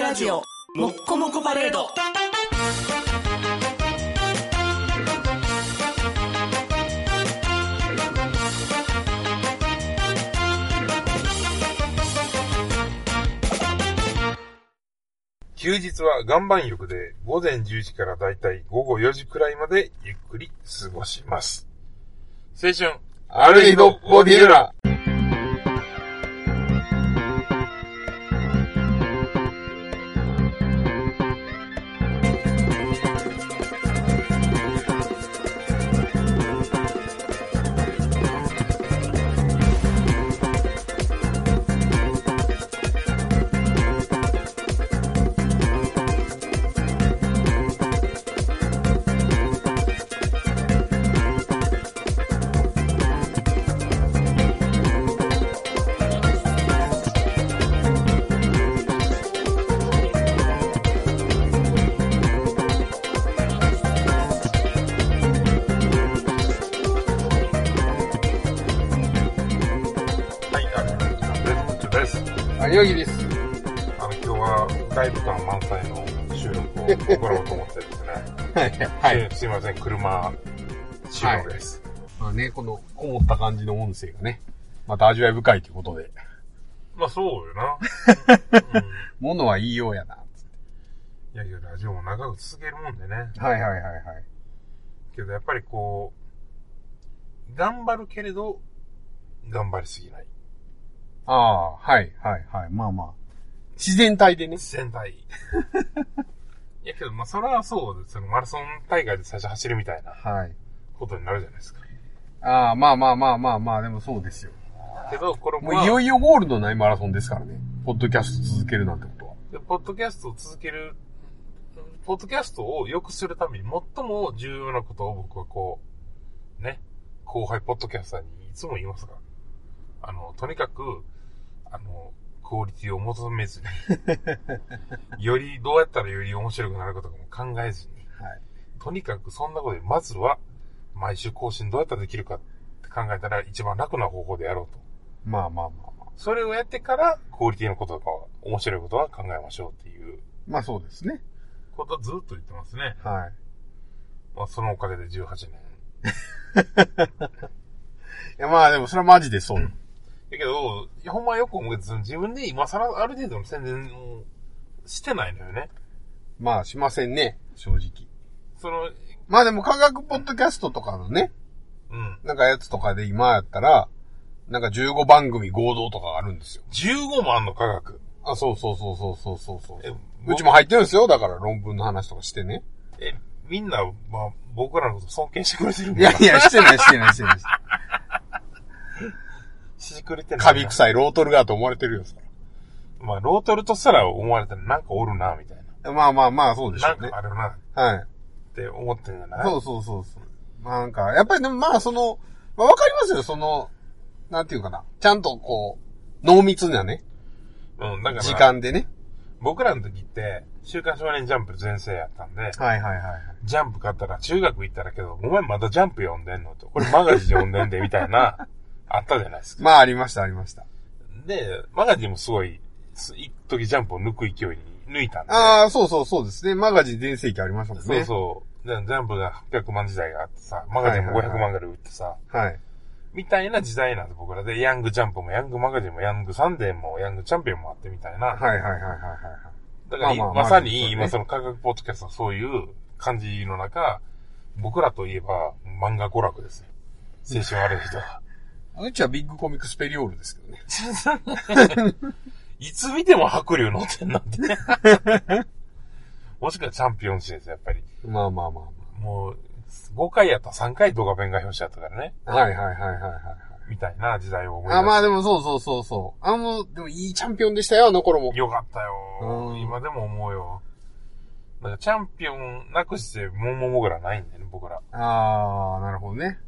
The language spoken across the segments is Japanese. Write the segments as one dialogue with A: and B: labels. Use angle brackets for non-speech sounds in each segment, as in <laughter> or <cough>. A: ラジオもっこもこパレード
B: 休日は岩盤浴で午前10時からだいたい午後4時くらいまでゆっくり過ごします。青春、ある日のボディエラはい、ある日のボディエラです。こちらです。
C: あ、よぎです。
B: あの、今日はライブ感満載の収録を行ろうと思ってですね。
C: はい。はい。
B: す。すいません、車、収録です。
C: まあね、この、こもった感じの音声がね、また味わい深いということで、
B: まあそうよな。うん
C: ものは言いようやな。
B: いやいや、ラジオも長く続けるもんでね。
C: はいはいはいはい。
B: けどやっぱりこう、頑張るけれど、頑張りすぎない。
C: ああ、はいはいはい。まあまあ。自然体でね。
B: 仙台。 <laughs> いやけど、まあそれはそうです。そのマラソン大会で最初走るみたいな
C: はい。
B: ことになるじゃないですか。
C: ああ、まあまあまあまあまあ、でもそうですよ。
B: けど、これも、
C: もういよいよゴールのないマラソンですからね。ポッドキャスト続けるなんてことは。
B: でポッドキャストを続ける、ポッドキャストを良くするために最も重要なことを僕はこう、ね、後輩ポッドキャスターにいつも言いますが、あの、とにかく、あの、クオリティを求めず
C: <laughs>
B: に、よりどうやったらより面白くなるかとかも考えずに、
C: はい。
B: とにかくそんなことで、まずは、毎週更新どうやったらできるかって考えたら一番楽な方法でやろうと。
C: まあまあまあまあ。
B: それをやってから、クオリティのこととかは、面白いことは考えましょうっていう
C: まあそうですね。
B: ことをずっと言ってますね。
C: はい。
B: まあ、そのおかげで18年。
C: いやまあでもそれはマジでそう。
B: だけど、いやほんまよく思うけど、自分で今更ある程度の宣伝をしてないのよね。
C: まあしませんね。正直。
B: その、
C: まあでも科学ポッドキャストとかのね、
B: うん。
C: なんかやつとかで今やったら、なんか15番組合同とかあるんですよ。
B: 15もあんの科学。
C: あ、そうそうそうそうそうそうそう
B: え
C: うちも入ってるんですよ。だから論文の話とかしてね。
B: え、みんな、まあ、僕らのこと尊敬してくれてるん
C: いやいや、してないしてないしてない。
B: してくれてる。
C: カビ臭いロートルがと思われてるよ。そ
B: まあ、ロートルとしたら思われたらなんかおるな、みたいな。
C: らまあまあまあ、そうでしょう
B: なん
C: ね
B: か。あるな、っ
C: はい。
B: て思ってんじゃない
C: そうそうそうそう。まあなんか、やっぱりでもまあその、まあわかりますよ。その、なんていうかな。ちゃんとこう、濃密なね、
B: うん、だから、
C: 時間でね。
B: 僕らの時って、週刊少年ジャンプ全盛やったんで、
C: はいはいはいはい。
B: ジャンプ買ったら中学行ったらけど、お前まだジャンプ読んでんのと、これマガジン読んでんで、みたい
C: <laughs>
B: な、あったじゃないですか。
C: まあありましたありました。
B: で、マガジンもすごい、す一時ジャンプを抜く勢いに抜いたんで、
C: ああ、そうそうそうですね。マガジン全盛期ありましたもんね。
B: そうそう。でジャンプが800万時代があってさ、マガジンも
C: はいはいは
B: 500
C: い
B: 万ぐらい売ってさ、
C: はい。
B: みたいな時代なんで僕らで、ヤングジャンプもヤングマガジンもヤングサンデーもヤングチャンピオンもあってみたいな。
C: はいはいはいはいはい
B: だから、
C: まあまあ
B: まさ
C: まあ
B: に
C: まあ
B: 今その科学ポッドキャストはそういう感じの中、僕らといえば漫画娯楽ですよ。青春ある人は。
C: はい。うちはビッグコミックスペリオールですけどね。 <laughs>
B: いつ見ても白龍乗ってんなってね。もしくはチャンピオン誌ですよ、やっぱり。
C: まあまあまあ
B: もう、5回やったら3回動画弁が表紙やったからね。
C: まあ。はいはいはいはいはいはい。
B: みたいな時代を思い出
C: あまあで
B: も。
C: もそうそうそうそう。あの、でもいいチャンピオンでしたよ、あの頃も。
B: よかったよ
C: う。ん
B: 今でも思うよ。なんかチャンピオンなくして、もももぐらないんだよね、僕ら。
C: ああ、なるほどね。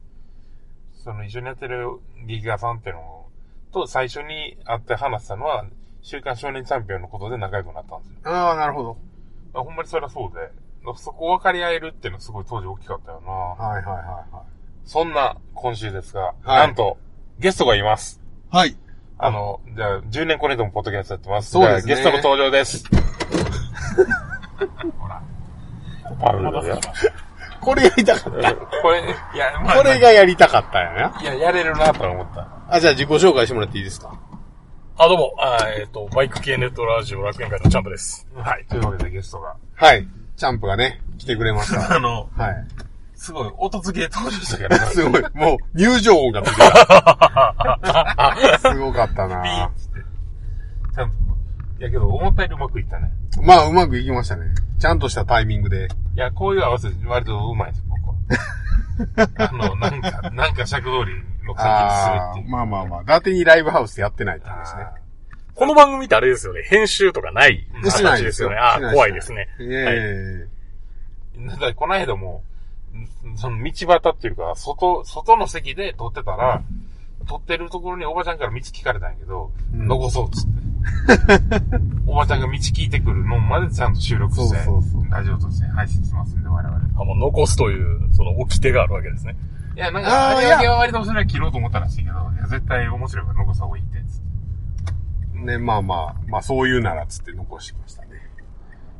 B: その一緒にやってる劇画さんっていうのと最初に会って話したのは、週刊少年チャンピオンのことで仲良くなったんですよ。
C: ああ、なるほど。
B: あほんまにそれはそうで、そこを分かり合えるっていうのはすごい当時大きかったよな。
C: はいはいはいは
B: そんな今週ですが、
C: はい
B: なんと、ゲストがいます。
C: い。はい。
B: あの、じゃあ、10年これでもポッドキャストやってます。
C: そうですね <laughs>
B: じゃあゲストの登場です。ほら。
D: あるよ、いや。
C: これやりたか <laughs> った。
B: これ、いや、まあ
C: これがやりたかったんやな。
B: いや、やれるなとは思った。
C: あ、じゃあ自己紹介してもらっていいですか
D: あ、どうも、あーえっ、と、バイク系ネットラジオ楽園会のチャンプです。
B: はい。というわけでゲストが。
C: はい。チャンプがね、来てくれました。 <laughs>
B: あの、
C: はい。
B: すごい、音付け登場したけど、 <laughs> ピ
C: すごい。もう、入場音がついてた。 <laughs> すごかっ
B: ー
C: た
B: ンっ
C: な
B: つって。ちゃんと。いやけど、思ったよりうまくいったね。
C: まあ、うまくいきましたね。ちゃんとしたタイミング
B: い
C: で。
B: や、こういう合わせ、割とうまいです、僕
D: <laughs>
B: は。あの、なんか、なんか尺通りの
C: あ
B: 感
C: あ
B: じにするってい
C: ー、
B: う。
C: まあまあまあ。伊達にライブハウスやってないって話ね
B: あ。
D: この番組ってあれですよね、編集とかない
B: うん
C: しない
D: 形ですよね。あ
C: しな
D: ー
C: し
D: 怖いですね。
C: いえい
D: はい
C: え。
B: ーだからこの間も、んその道端っていうか、外、外の席で撮ってたら、撮ってるところにおばちゃんから道聞かれたんやけど、
C: うん
B: 残そうっつって。
C: <laughs>
B: おばちゃんが道聞いてくるのまでちゃんと収録して、
C: そうそうそう
B: ラジオとして配信しますんで、我々。
D: あもう残すという、その、掟があるわけですね。
B: いや、なんか、
C: あー
B: あれ
C: い
B: だ
C: や
B: けは割とそれは切ろうと思ったらしいけど、いや、絶対面白いから残した方がいいって、つって。
C: ね、まあまあ、まあそういうならっつって残してましたね。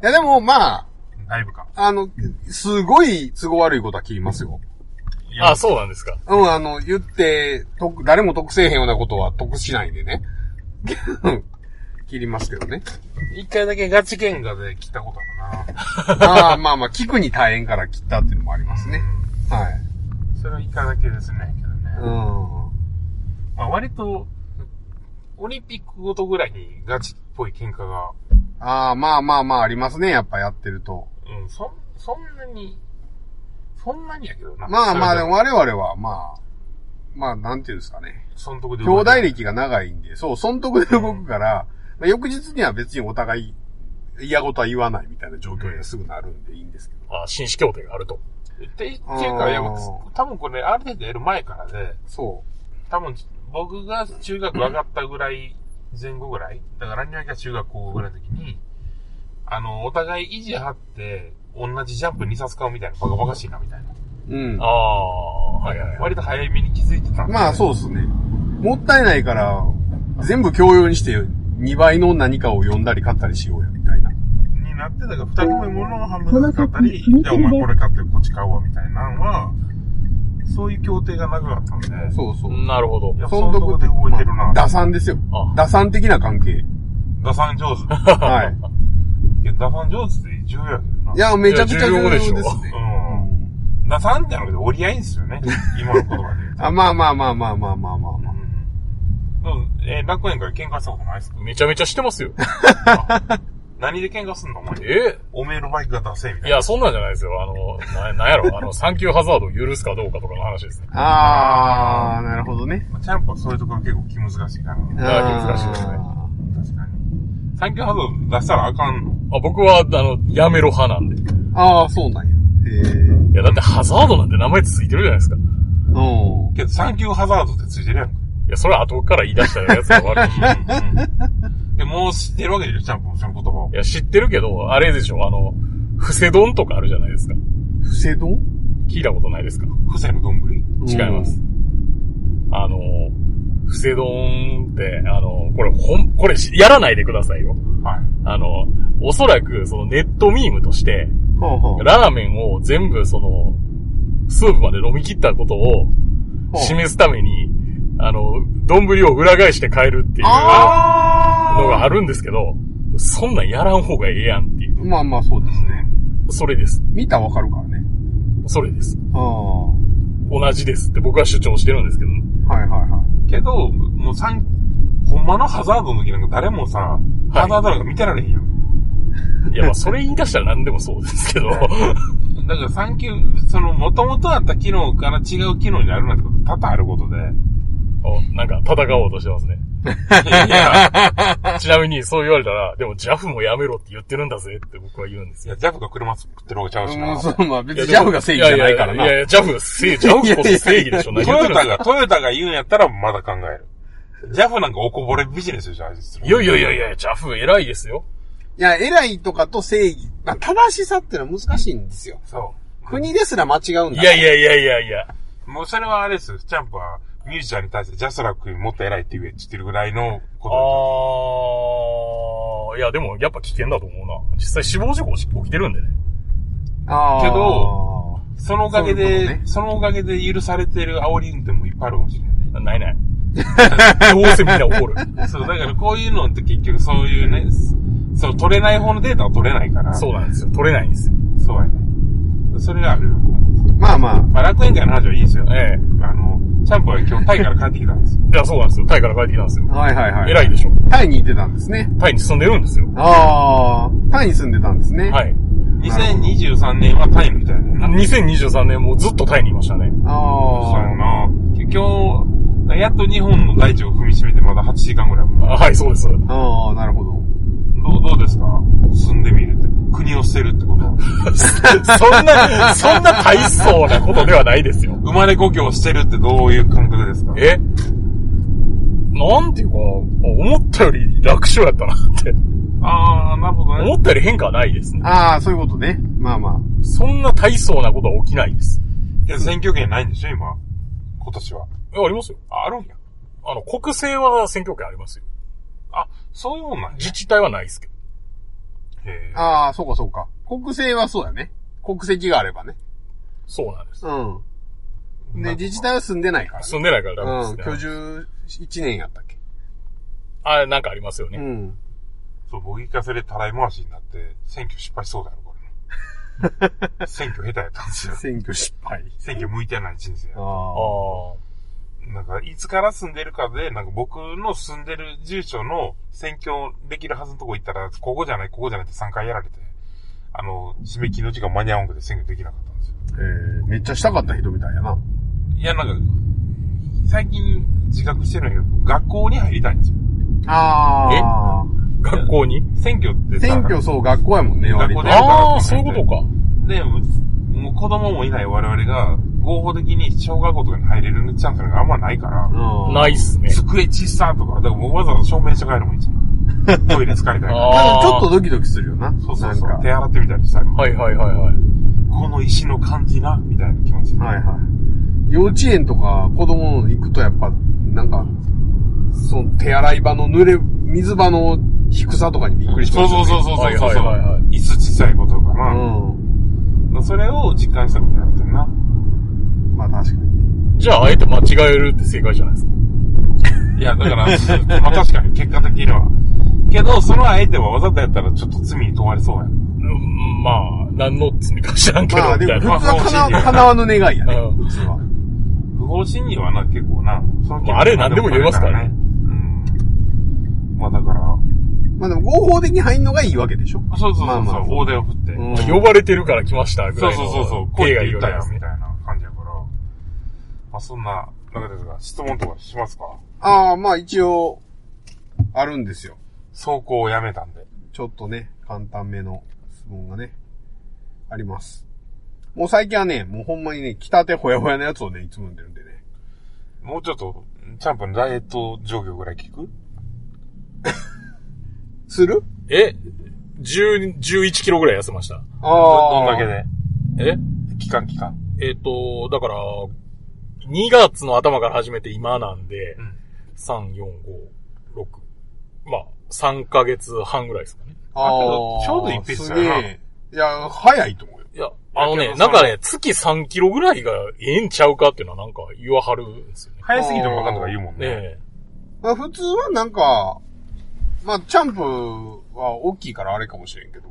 C: いやでもまあ、
B: ライブか。
C: あの、すごい都合悪いことは切りますよ。
B: いや
D: あ、そうなんですか。
C: うん、あの、言って、と誰も得せえへんようなことは得しないんでね。 <laughs> 切りますけどね。
B: 一回だけガチ喧嘩で切ったことあるな。
C: まあまあまあ、聞くに大変から切ったっていうのもありますね。はい。
B: うん。それは一回だけですね、けどね。
C: う
B: まあ割と、オリンピックごとぐらいにガチっぽい喧嘩が、
C: ん。ああ、まあまあまあ、ありますね。やっぱやってると。
B: うん、そん、そんなに、そんなにやけどな。
C: まあまあ、でも
B: も、
C: 我々はまあ、まあ、なんていうんですかね。
B: そのとこで
C: 兄弟歴が長いんで、そう、損得で動くから、まあ、翌日には別にお互い嫌事は言わないみたいな状況にはすぐなるんでいいんですけど。
D: あー紳士協定があると。
B: ってっていうか、いや、多分これ、ある程度やる前からで、
C: そ
B: 多分僕が中学上がったぐらい、前後ぐらいだから、兄が中学校ぐらいの時に、あの、お互い意地張って、同じジャンプ2冊買うみたいな、バカバカしいな、みたいな。
C: う。うん
D: あ。あ、はいはいはい。
B: 割と早めに気づいてたんで
C: まあ、そうですね。もったいないから、全部共用にして2倍の何かを読んだり買ったりしようや、みたいな。
B: になってたから、二人も物を半分ずつ買ったり、じゃあお前これ買ってこっち買うわ、みたいなのは、そういう協定が長かったんで、
C: そうそう。
D: なるほど
B: い。や、そのとこで動いてる
C: まあ
B: な。
C: 打算ですよ
D: あ。
C: 打算的な関係。
B: 打算上手。
C: はい。
B: いや、打算上手って重要やけどな。
C: い、や、めちゃくちゃ重要です
D: いや重要でしょ
C: ね。
B: うん。打算ってので折り合いんですよね。今の言葉で言うと。
C: あ、まあまあまあまあまあまあまあまあ。
B: うん。でもえー楽園から喧嘩したことないですか
D: めちゃめちゃしてますよ。
B: <laughs> 何で喧嘩すんのお前。
D: え
B: おめえのバイクが出せ、みた
D: い
B: いな。
D: や、そんなんじゃないですよ。あの、ななんやろ、あの、サンキューハザードを許すかどうかとかの話ですね。
C: あー、なるほどね。
B: まあチャンプはそういうところ結構気難しいからね。
D: あー難しいですね
C: あ
B: 確かに。産業ハード出したらあかんの。
D: あ僕は、あの、やめろ派なんで。い
C: ーあー、そうなんや。へえ。
D: や、だってハザードなんて名前ついてるじゃないですか。い
C: うん。
B: けど、産業ハザードってついてるやんか。
D: や、それは後から言い出したやつが悪い。
B: <laughs> うん。で、もう知ってるわけでしょ、チャンプもその言葉を
D: い。や、知ってるけど、あれでしょ、あの、伏せ丼とかあるじゃないですか。
C: 伏せ丼
D: 聞いたことないですか
B: 伏せの丼
D: 違います。。あの、伏せ丼って、あの、これ、ほん、これ、やらないでくださいよ。
B: はい。
D: あの、おそらく、そのネットミームとして、
C: うんはあは
D: ラーメンを全部その、スープまで飲み切ったことを
C: あ
D: 示すために、あの、丼を裏返して変えるっていうのが
C: あ
D: あるんですけど、そんなんやらん方がええやんっていう。
C: ーまあまあ、そうですね。
D: それです。
C: 見たらわかるからね。
D: それです。
C: ああ。は
D: 同じですって僕は主張してるんですけど、
C: いはいは
B: けど、もう産、ほんまのハザードの時なんか誰もさ、ハザードなんか見てられへんやん。
C: <laughs>
D: いやまあそれ言い出したら何でもそうですけど、
B: だから産休、その、元々あった機能から違う機能になるなんてこと多々あることで。
D: おなんか戦おうとし
C: <laughs>
D: てますね。
B: いや、
D: ちなみにそう言われたら、でも JAF もやめろって言ってるんだぜって僕は言うんです
B: い
D: よ。
B: や、ジャブが車作ってるわけちゃうし
C: い。う
B: な。
C: ん、
B: ト
C: そう、まあ別にジャブが正義じゃないからな。
D: いやいや、ジャフが正義、ジャフこそ正義でしょ。何言って
B: ヨ
D: るんです
B: タ
D: か
B: が、トヨタが言うんやったらまだ考える。ジャフなんかおこぼれビジネスでしょ、あいつら
D: いやいやいやいや、ジャフ偉いですよ。
C: いや、偉いとかと正義、まあ、正しさってのは難しいんですよ。
B: そう。
C: 国ですら間違うん
D: い
C: だ。
D: やいやいやいやいや。
B: もうそれはあれですよ。チャンプは、ミュージシャンに対してジャスラックよりもっと偉いって言えって言ってるぐらいのこ
D: あ
B: と
D: ー、あ、いや、でもやっぱ危険だと思うな。実際死亡事故起きてるんでね。
C: あー
B: けど、そのおかげ
C: そうい
B: で
C: うことね
B: そのおかげで許されてる煽り運転もいっぱいあるかもしれないね。
D: ない
C: <laughs>
D: ない。どうせみんな怒る。
B: そう、だからこういうのって結局そういうね、その取れない方のデータは取れないから。
D: そうなんですよ。取れないんですよ。
B: う。そうやね。それがあるよ。
C: まあまあ、
B: まあ楽園会の話はいいですよ。
D: ええ。
B: あの、チャンプは今日タイから帰ってきたんですよ。
D: いや、そうなんですよ。タイから帰ってきたんですよ。
C: はいはいはい。
D: 偉いでしょ。
C: タイに行ってたんですね。
D: タイに住んでるんですよ。
C: ああ、タイに住んでたんですね。。
D: はいい。
B: 2023年はタイみたいだよな。
D: 2023年もうずっとタイにいましたね。
B: そうや
C: あ
B: な。今日、やっと日本の大地を踏みしめてまだ8時間ぐらいも。
D: あはい、そうです。 <laughs>
C: あ、ああ、なるほど。
B: どう、どうですか住んでみるって。国を捨てるってこと。
D: そんな、そんな大層なことではないですよ。
B: 生まれ故郷を捨てるってどういう感覚ですか
D: えなんていうか、思ったより楽勝やったなって。
B: あー、なるほどね
D: 思。ったより変化はないですね。
C: ああ、そういうことね。まあま
D: そんな大層なことは起きないです。
B: けど選挙権ないんでしょ今。今年は。
D: えありますよ。
B: あ、あるんや。
D: あの、国政は選挙権ありますよ。
B: あ、そういうもんなんや。
D: 自治体はないですけど。
B: へ
C: あ。ああ、そうかそうか。国政はそうやね。国籍があればね。
D: そうなんです。
C: うん。
B: な
C: で、
B: んか
C: 自治体は住んでないから、
D: 住んでないからダメ
C: うん。
D: ですね。
C: 居住1年やったっけ。
D: あ、なんかありますよ
C: う
D: ね。
C: ん。
B: そう、僕行かせでたらい回しになって、選挙失敗しそうだよ、こ
C: <laughs>
B: れ。選挙下手やったんですよ。
C: 選挙失敗。
B: 選挙向いてない人生や。
D: あ
C: あ
D: あ。
B: なんか、いつから住んでるかで、なんか僕の住んでる住所の選挙できるはずのとこ行ったら、ここじゃない、ここじゃないって3回やられて、あの、締め切りの時間間に合わんくて選挙できなかったんですよ。
C: あ。えー、めっちゃしたかった人みたいやな。
B: いや、なんか、最近自覚してるんやけど、学校に入りたいんですよ。
C: ああ。
D: 学校に
B: 選挙ってさ
C: 選挙そう、学校やもんね、割と
B: 学。校
D: ああ、そういうことか。
B: で、もう子供もいない我々が、合法的に小学校とかに入れるチャンスなんかあんまないから、
C: うん
D: ないっすね。
B: 机小さとか、だからもうわざわざ証明して帰るもん、いつ
D: <laughs>
B: も。トイレ使いたいから。
D: あー
C: なんかちょっとドキドキするよな。
B: そうそうそ
C: なん
B: う。
C: か
B: 手洗ってみたりしたり。
D: はいはいはいはい。
B: この石の感じな、みたいな気持ちで。
C: はいはい。幼稚園とか子供の行くとやっぱ、なんか、その手洗い場の濡れ、水場の低さとかにびっくりし
B: そ
C: ま
B: う
C: す、
B: そうそうそうそうそう。
D: はいはいはいはい
B: 椅子小さいことか
C: う
B: な。
C: ん。
B: それを実感したことやってんな。
C: まあ確かに。
D: じゃあ、あえて間違えるって正解じゃないですか。
B: いや、だから、 <laughs> まあ確かに結果的には。けど、その相手はわざとやったらちょっと罪に問われそうやん。
D: うん、まあ、何の罪か知らんけ
C: ま
D: ど、
C: あで
D: みたい
C: も
D: な。ま
C: 普
D: あ
C: 通はかな、
B: まあ
C: 叶わぬ願いやね、
D: うん
C: 普通は。
B: 不法侵入はな、結構な。その結
D: まああれ何でも言えますから
B: う
D: ね
B: ん。まあだから、
C: まあでも合法的に入んのがいいわけでしょ
B: そうそうそうそう、
C: まあまあ
B: 大手を振って。
C: うん
D: 呼ばれてるから来ました、ぐ
B: そ
D: ら
B: う
D: い
B: そ
D: の。
B: うそうそう、こう
D: 手
B: やっ
D: が
B: て
D: い
B: 言
D: る
B: った
D: や
B: や
D: つ
B: ん、み
D: ね。
B: たいな感じやから。まあそんな、なんですが、質問とかしますか
C: ああ、まあ一応、あるんですよ。
B: 走行をやめたんで。
C: ちょっとね、簡単めの質問がね、あります。もう最近はね、もうほんまにね、来たてほやほやのやつをね、いつも飲んでるんでね。
B: もうちょっと、チャンプのダイエット状況ぐらい聞く
C: する
D: え ?10、11キロぐらい痩せました。
C: あ
B: どんだけで
D: え
B: 期間期間。
D: えっ、と、だから、2月の頭から始めて今なんで、
B: うん
D: 3、4、5、6。まあ、3ヶ月半ぐらいですかね。
C: あ
B: あけ
C: ー
B: どちょうどいいペース
C: す
B: だ
C: げ
B: よな
C: え。いや、早いと思うよ。
D: いや、あの
B: いや
D: ね、
B: けど
D: な
B: そ
D: ん
B: の
D: かね、月3キロぐらいがええんちゃうかっていうのはなんか言わはるんですよね。
B: 早すぎてもあかんとか言うもん
D: ね
B: ね。
D: え。
C: まあ、普通はなんか、まあ、チャンプは大きいからあれかもしれんけど、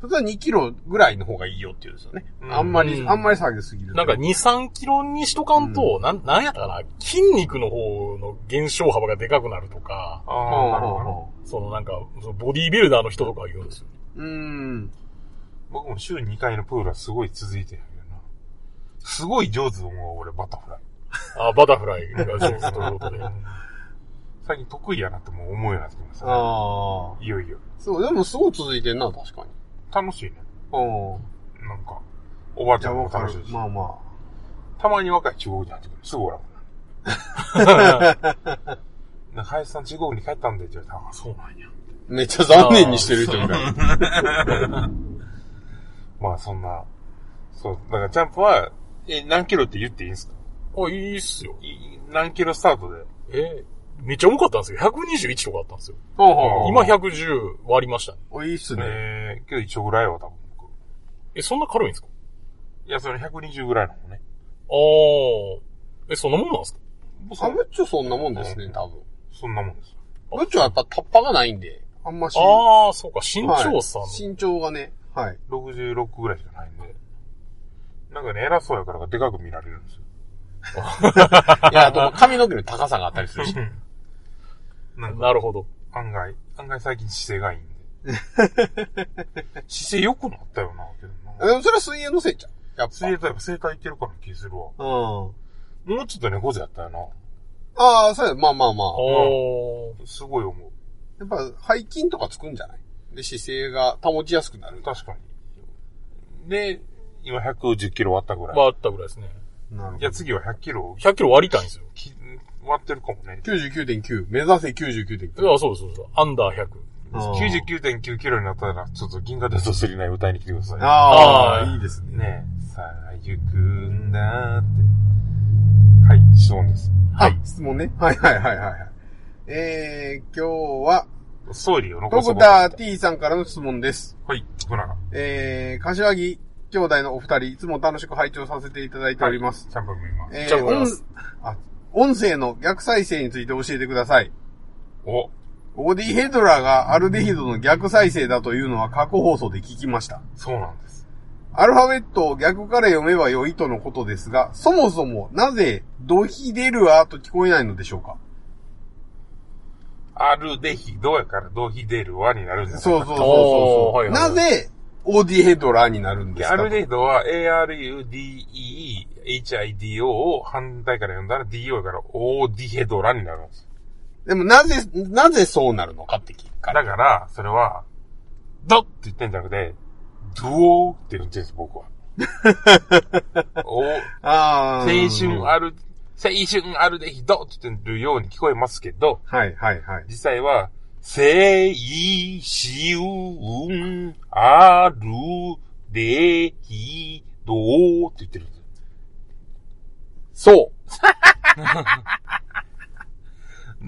C: 普通は2キロぐらいの方がいいよっていうんですよね。
B: うん
C: あんまり、
D: うん
C: あんまり下げすぎると。
D: なんか2、3キロにしとかんと、なん、なんやったかな、筋肉の方の減少幅がでかくなるとか、
B: あ
C: うん、
B: あ、なるほどな。
D: そのなんか、そのボディービルダーの人とかが言うんですよ。
C: うん。
B: 僕も週2回のプールはすごい続いてるよな。すごい上手思う、俺、バタフライ。
D: あ、バタフライが上手ということで。
B: 最近得意やなってもう思うようになってきました、ね。
C: ああ。
B: いよいよ。
C: そう、でもすごい続いてんな、確かに。
B: 楽しいね。
C: うん。
B: なんか、おばあち
C: じゃ
B: ゃ
C: あ
B: んも
C: わか
B: 楽
C: る
B: しい。し、
C: まあま
B: たまに若い中国人入ってくる。すぐおらんもん <laughs> な。なんか林さん中国に帰ったんで、って言われたら、あ、そうなんや。
C: あ。めっちゃ残念にしてる人みたいな。
B: まあそんな、そう、だからジャンプは、え、何キロって言っていいんですか
D: あ、いいっすよ。
B: い何キロスタートで
D: え、めっちゃ多かったんですよ。121とかあったんですよ。
C: ほうほう
D: 今110割りましたね。
C: おいいっすね。
B: えー、けど一緒ぐらいは多分僕。
D: え、そんな軽いんですか
B: いや、その120ぐらいのもね。
D: あー。え、そんなもんなんですか
B: そ
C: サブッチョそんなもんですね、多分。
B: そんなもんです。
C: ブッチョはやっぱ突破がないんで、あんまし。
D: あー、そうか、身
C: はい
D: 長差の。
C: 身長がね、 <laughs> はい。
B: 66ぐらいしかないんで。なんかね、偉そうやからでかく見られるんですよ。
C: いや、あと髪の毛の高さがあったりす <laughs> るし。
B: なんか、
D: なるほど。
B: 案外、案外最近姿勢がいいんで。姿勢良くなったよな、けど
C: え
B: な。
C: それは水泳のせいちゃうやっぱ。
B: 水泳とやっぱ正解いってるから気するわ。
C: うん。
B: もうちょっと猫背やったよな。
C: ああ、そうや、まあまあまあ。
D: おー。
B: すごい思う。
C: やっぱ、背筋とかつくんじゃないで、姿勢が保ちやすくなる。
B: 確かに。で、今110キロ割ったぐらい。
D: まあ、あったぐらいですね。
C: なる
B: いや、次は100キロ
D: 100キロ割りたいんですよ。
B: き割ってるかもね。
C: 99.9。目指せ99.9。
D: あ、そうです、そうです。アンダー100。
C: あー
B: 99.9キロになったら、ちょっと銀河鉄道セリナに歌いに来てください。
C: あ
D: あ
C: あ、
D: ー
C: いいですね。
B: ねえ、さあ、行くんだーって。はい、質問です。
C: はい。質問ね。はいはいはいはいはい。えー、今日は、
B: 総理を残
C: ド
B: す
C: クター T さんからの質問です。
B: はい、徳永。
C: えー、柏木兄弟のお二人、いつも楽しく拝聴させていただいております。
B: ちゃんと見ます。
C: え
D: じゃあ
C: ー、
D: ございま
C: 音
D: す、
C: あ、音声の逆再生について教えてください。
B: お、
C: オーディヘドラーがアルデヒドの逆再生だというのは過去放送で聞きました。
B: そうなんです。
C: アルファベットを逆から読めば良いとのことですが、そもそもなぜドヒデルアと聞こえないのでしょうか
B: アルデヒドやからドヒデルはになるんじゃないか
C: そ
B: な
C: うそうそう
D: おー
C: そ
D: は
C: う。
D: いはい
C: なぜオーディヘドラーになるんで
B: ですア
C: か
B: ルデヒドは ARUDEHIDO を反対から読んだら DO やからオーディヘドラになるんです。
C: でもなぜ、なぜそうなるのかって聞くか
B: だ
C: ら。
B: から、それは、ドって言ってんじゃなくて、ドゥオーって言ってるんです、僕
C: <laughs>
B: は。お
C: あ
B: 青春ある、青春あるでひどって言ってるように聞こえますけど、
C: はいはいはい。
B: 実際は、青春あるでひどって言ってるんですよ。
C: そう。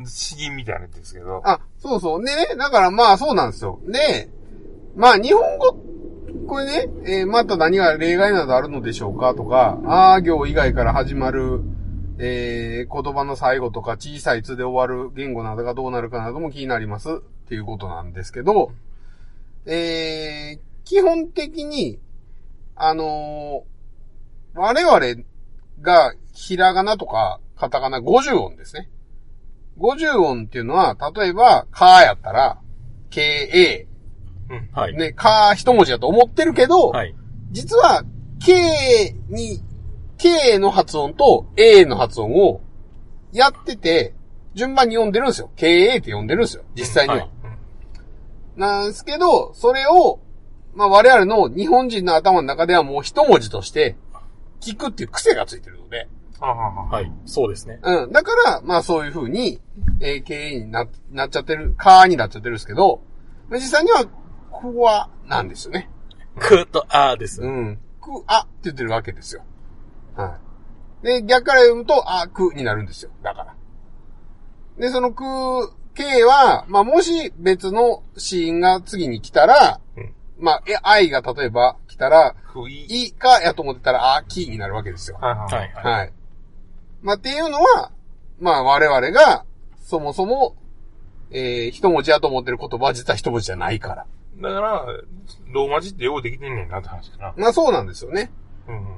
B: 詩吟みたいなんですけど。
C: あ、そうそう。でね、だからまあそうなんですよ。で、まあ日本語、これね、えーまた何が例外などあるのでしょうかとか、あー行以外から始まる、えー言葉の最後とか、小さいつで終わる言語などがどうなるかなども気になりますっていうことなんですけど、えー基本的に、あのー我々がひらがなとかカタカナ50音ですね。50音っていうのは、例えば、かやったら、ke、
B: うん。
D: はい。
C: ね、か一文字だと思ってるけど、
D: はい。
C: 実は、k に、k の発音と a の発音をやってて、順番に読んでるんですよ。ke って読んでるんですよ。実際には。
D: はい
C: なんですけど、それを、まあ我々の日本人の頭の中ではもう一文字として、聞くっていう癖がついてるので、
B: ああ、はい。
D: はい。そうですね。
C: うん。だから、まあそういう風に、えー、経営にな、なっちゃってる、かーになっちゃってるんですけど、まあ実際には、くわなんですよね。
D: くとあーです
C: う。ん。く、あって言ってるわけですよ。はい。で、逆から読むと、あ、くになるんですよ。だから。で、そのく、けは、まあもし別のシーンが次に来たら、
B: うん
C: まあ、え、愛が例えば来たら、
B: 食い。
C: いかやと思ってたら、あ、きになるわけですよ。
B: はい
D: はい。はい。
C: はい。まあ、っていうのは、まあ、我々が、そもそも、えー、一文字やと思ってる言葉は実は一文字じゃないから。
B: だから、ローマ字ってようできてんねんなって話かな。
C: まあ、そうなんですよね。
B: うんうん。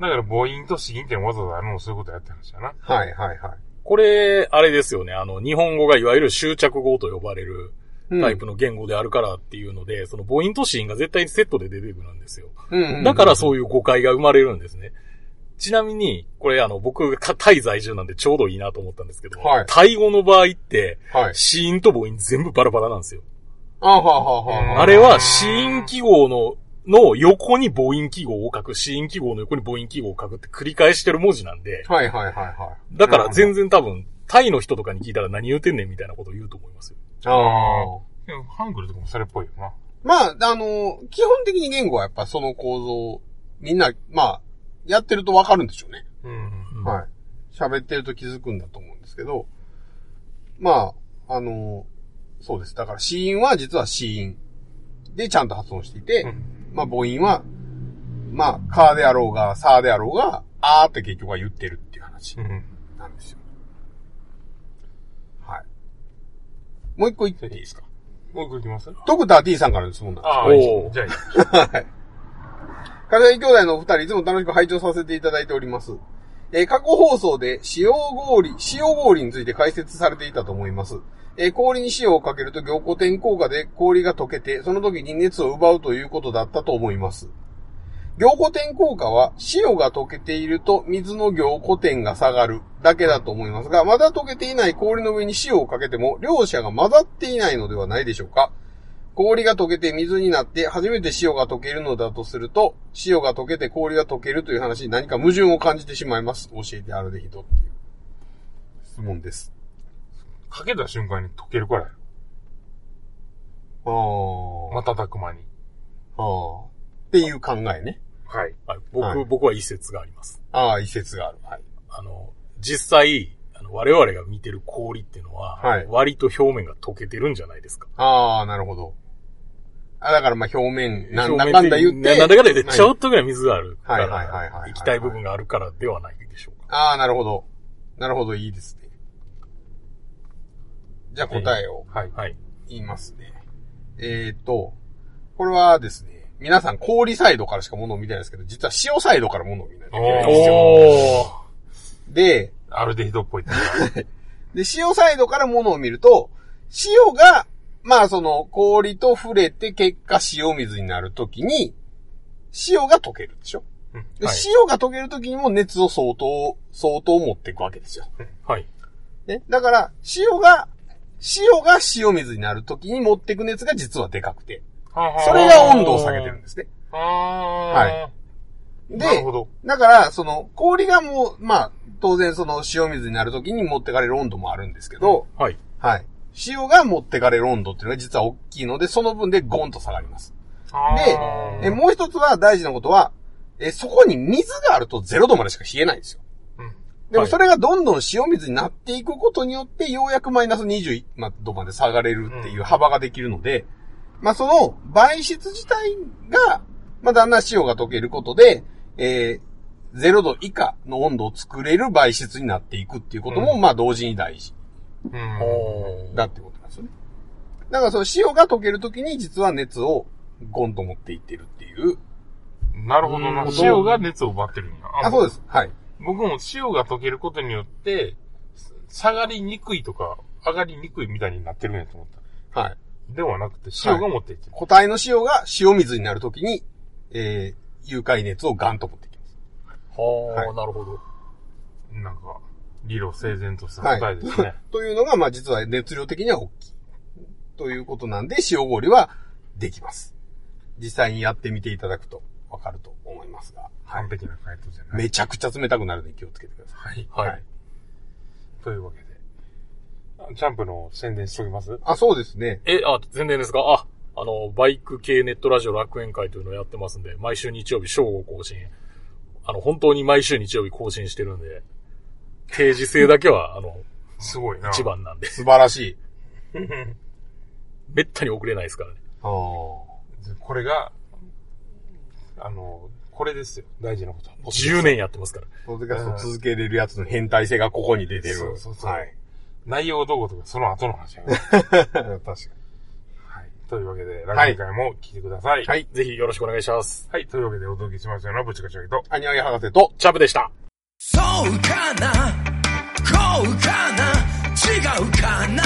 B: だから母音と子音ってわざわざあるのもそういうことやってるんですよな。
C: はい、はい、はい。
D: これ、あれですよね。あの、日本語がいわゆる執着語と呼ばれる
C: うん
D: タイプの言語であるからっていうので、その母音と子音が絶対セットで出てくるんですよ。
C: うんうん
D: だからそういう誤解が生まれるんですね。ちなみに、これあの、僕がタイ在住なんでちょうどいいなと思ったんですけど、
C: はい
D: タイ語の場合って、
C: はい。
D: 子音と母音全部バラバラなんですよ。
C: あはははは。
D: あれは子音記号の、の横に母音記号を書く、子音記号の横に母音記号を書くって繰り返してる文字なんで、
C: はい、はい、はい、はい。
D: だから全然多分、タイの人とかに聞いたら何言うてんねんみたいなこと言うと思いますよ。
C: あー
B: でもハングルとかもそれっぽいよな。
C: まあ、あの、基本的に言語はやっぱその構造、みんな、まあ、やってるとわかるんでしょうね。
B: うん。
D: うん
C: はい。喋ってると気づくんだと思うんですけど、まあ、あの、そうです。だから、死因は実は死因でちゃんと発音していて、
B: うん
C: まあ、母音は、まあ、カーであろうが、サーであろうが、あーって結局は言ってるっていう話
B: うん。
C: なんですよ。はい。もう一個言っていいですか
B: もう一個いきます
C: ドクター D さんからの質問なんです
B: ああ、
D: おー
B: いいじゃあいい。
C: カル兄弟のお二人、いつも楽しく拝聴させていただいております。えー過去放送で塩氷、塩氷について解説されていたと思います。えー氷に塩をかけると凝固点効果で氷が溶けて、その時に熱を奪うということだったと思います。凝固点効果は、塩が溶けていると水の凝固点が下がるだけだと思いますが、まだ溶けていない氷の上に塩をかけても、両者が混ざっていないのではないでしょうか。氷が溶けて水になって初めて塩が溶けるのだとすると、塩が溶けて氷が溶けるという話に何か矛盾を感じてしまいます。教えてあるでひとっていう質問です。
B: かけた瞬間に溶けるからよ。
C: ああ。
B: 瞬く間に。
C: ああ。っていう考えね。
B: はい。
D: はい、僕、
C: はい
D: 僕は一説があります。
C: ああ、一説がある。はい。
D: あの、実際、あの我々が見てる氷っていうのは、
C: はい
D: 割と表面が溶けてるんじゃないですか。
C: ああ、なるほど。あ、だからまあ表面、なんだかんだ言って。
D: ななんだかんだ言って、
C: はい
D: ちょっとぐらい水があるか
C: はいはいはいはいはいは
D: ら、
C: い
D: 液体部分があるからではないでしょうか。
C: ああ、なるほど。なるほど、いいですね。じゃあ答えを。
B: はい。
D: はい。
C: 言いますね。えー、と、これはですね、皆さん氷サイドからしか物を見てないですけど、実は塩サイドから物を見ないといけないんですよ。
D: おー。
C: で、
B: アルデヒドっぽい。
C: で、塩サイドから物を見ると、塩が、まあその氷と触れて結果塩水になるときに、塩が溶けるでしょ
B: うん
C: で
D: はい
C: 塩が溶けるときにも熱を相当、相当持っていくわけですよ。
D: はい。
C: ね。だから、塩が、塩が塩水になるときに持っていく熱が実はでかくて、それが温度を下げてるんですね。
B: あは
C: で、
B: なるほど。
C: だから、その、氷がもう、まあ、当然その塩水になるときに持ってかれる温度もあるんですけど、
D: はい。
C: はい。塩が持ってかれる温度っていうのが実は大きいので、その分でゴンと下がります。で
B: あー
C: え、もう一つは大事なことは、え、そこに水があると0度までしか冷えないんですよ。
B: うん
C: でも
D: はい
C: それがどんどん塩水になっていくことによって、ようやくマイナス20度まで下がれるっていう幅ができるので、まあその媒質自体が、まあだんだん塩が溶けることで、えー、0度以下の温度を作れる媒質になっていくっていうことも、
B: うん
C: まあ同時に大事
B: うん
D: おー。
C: だってことなんですよね。だからその塩が溶けるときに実は熱をゴンと持っていってるっていう。
B: なるほどな
D: うん。
B: 塩が熱を奪ってるんや。
C: あ、そうです。はい。
B: 僕も塩が溶けることによって、下がりにくいとか、上がりにくいみたいになってるんやと思った。
C: はい。
B: ではなくて、塩が持っていってる。
C: 固体の塩が塩水になるときに、えー、融解熱をガンと持ってきます。
D: はー
C: はい
D: なるほど。
B: なんか、理路整然とした答えですね。
C: <laughs> というのが、まあ実は熱量的には大きい。ということなんで、塩氷はできます。実際にやってみていただくとわかると思いますが。はい
B: 完。璧な回答じゃない。
C: めちゃくちゃ冷たくなるので気をつけてください。
B: はい。
D: はい。
B: というわけで。あジャンプの宣伝しときます
C: あ、そうですね。
D: え、あ、全然ですかあ、あの、バイク系ネットラジオ楽園会というのをやってますんで、毎週日曜日正午更新。あの、本当に毎週日曜日更新してるんで、定時制だけは、あの、
B: すごいな。
D: 一。番なんで、
C: 素晴らしい。
D: めったに遅れないですからね。
C: あー
B: これが、あの、これですよ。大事なこと。
D: 10年やってますから。
C: ポッドキャストを続けれるやつの変態性がここに出てる。
B: そうそうそう
C: はい。 <laughs>
B: 内容どうこうとか、その後の話やから
C: 確かに。
B: はい。というわけで、ラグビー会も聞いてください。
C: はい
D: ぜひよろしくお願いします。
B: はい。というわけで、お届けしましたような、ぶちかちゃけと。
C: アニワギ博士と、
D: チャブでした。
A: そうかなこうかな違うかな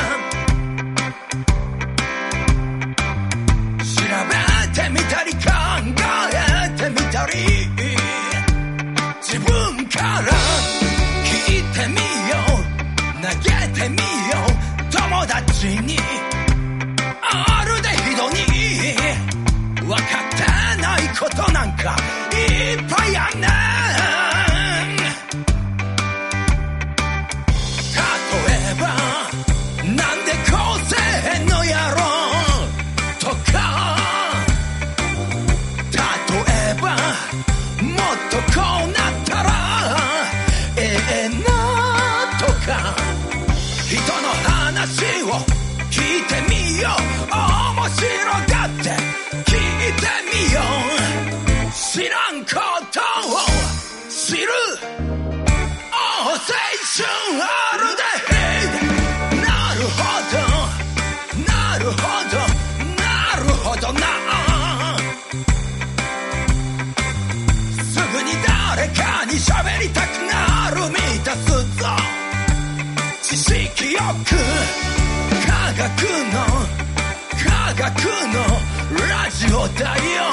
A: 調べてみたり考えてみたり自分から聞いてみよう投げてみよう友達にあるでひどに分かってないことなんかいっぱいあんねん例えばなんでこうせんのやろとか例えばもっとこうなったらええなとか人の話話を聞いてみよう面白がって聞いてみよう知らんことを知る青青春あるでなるほどなるほどなるほどなすぐに誰かに喋りたくなる満たすぞ知識よく科学の科学のラジオだよ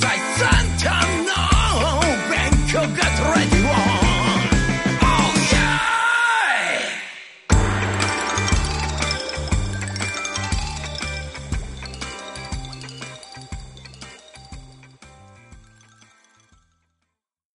A: 最先端の勉強が取れて Oh,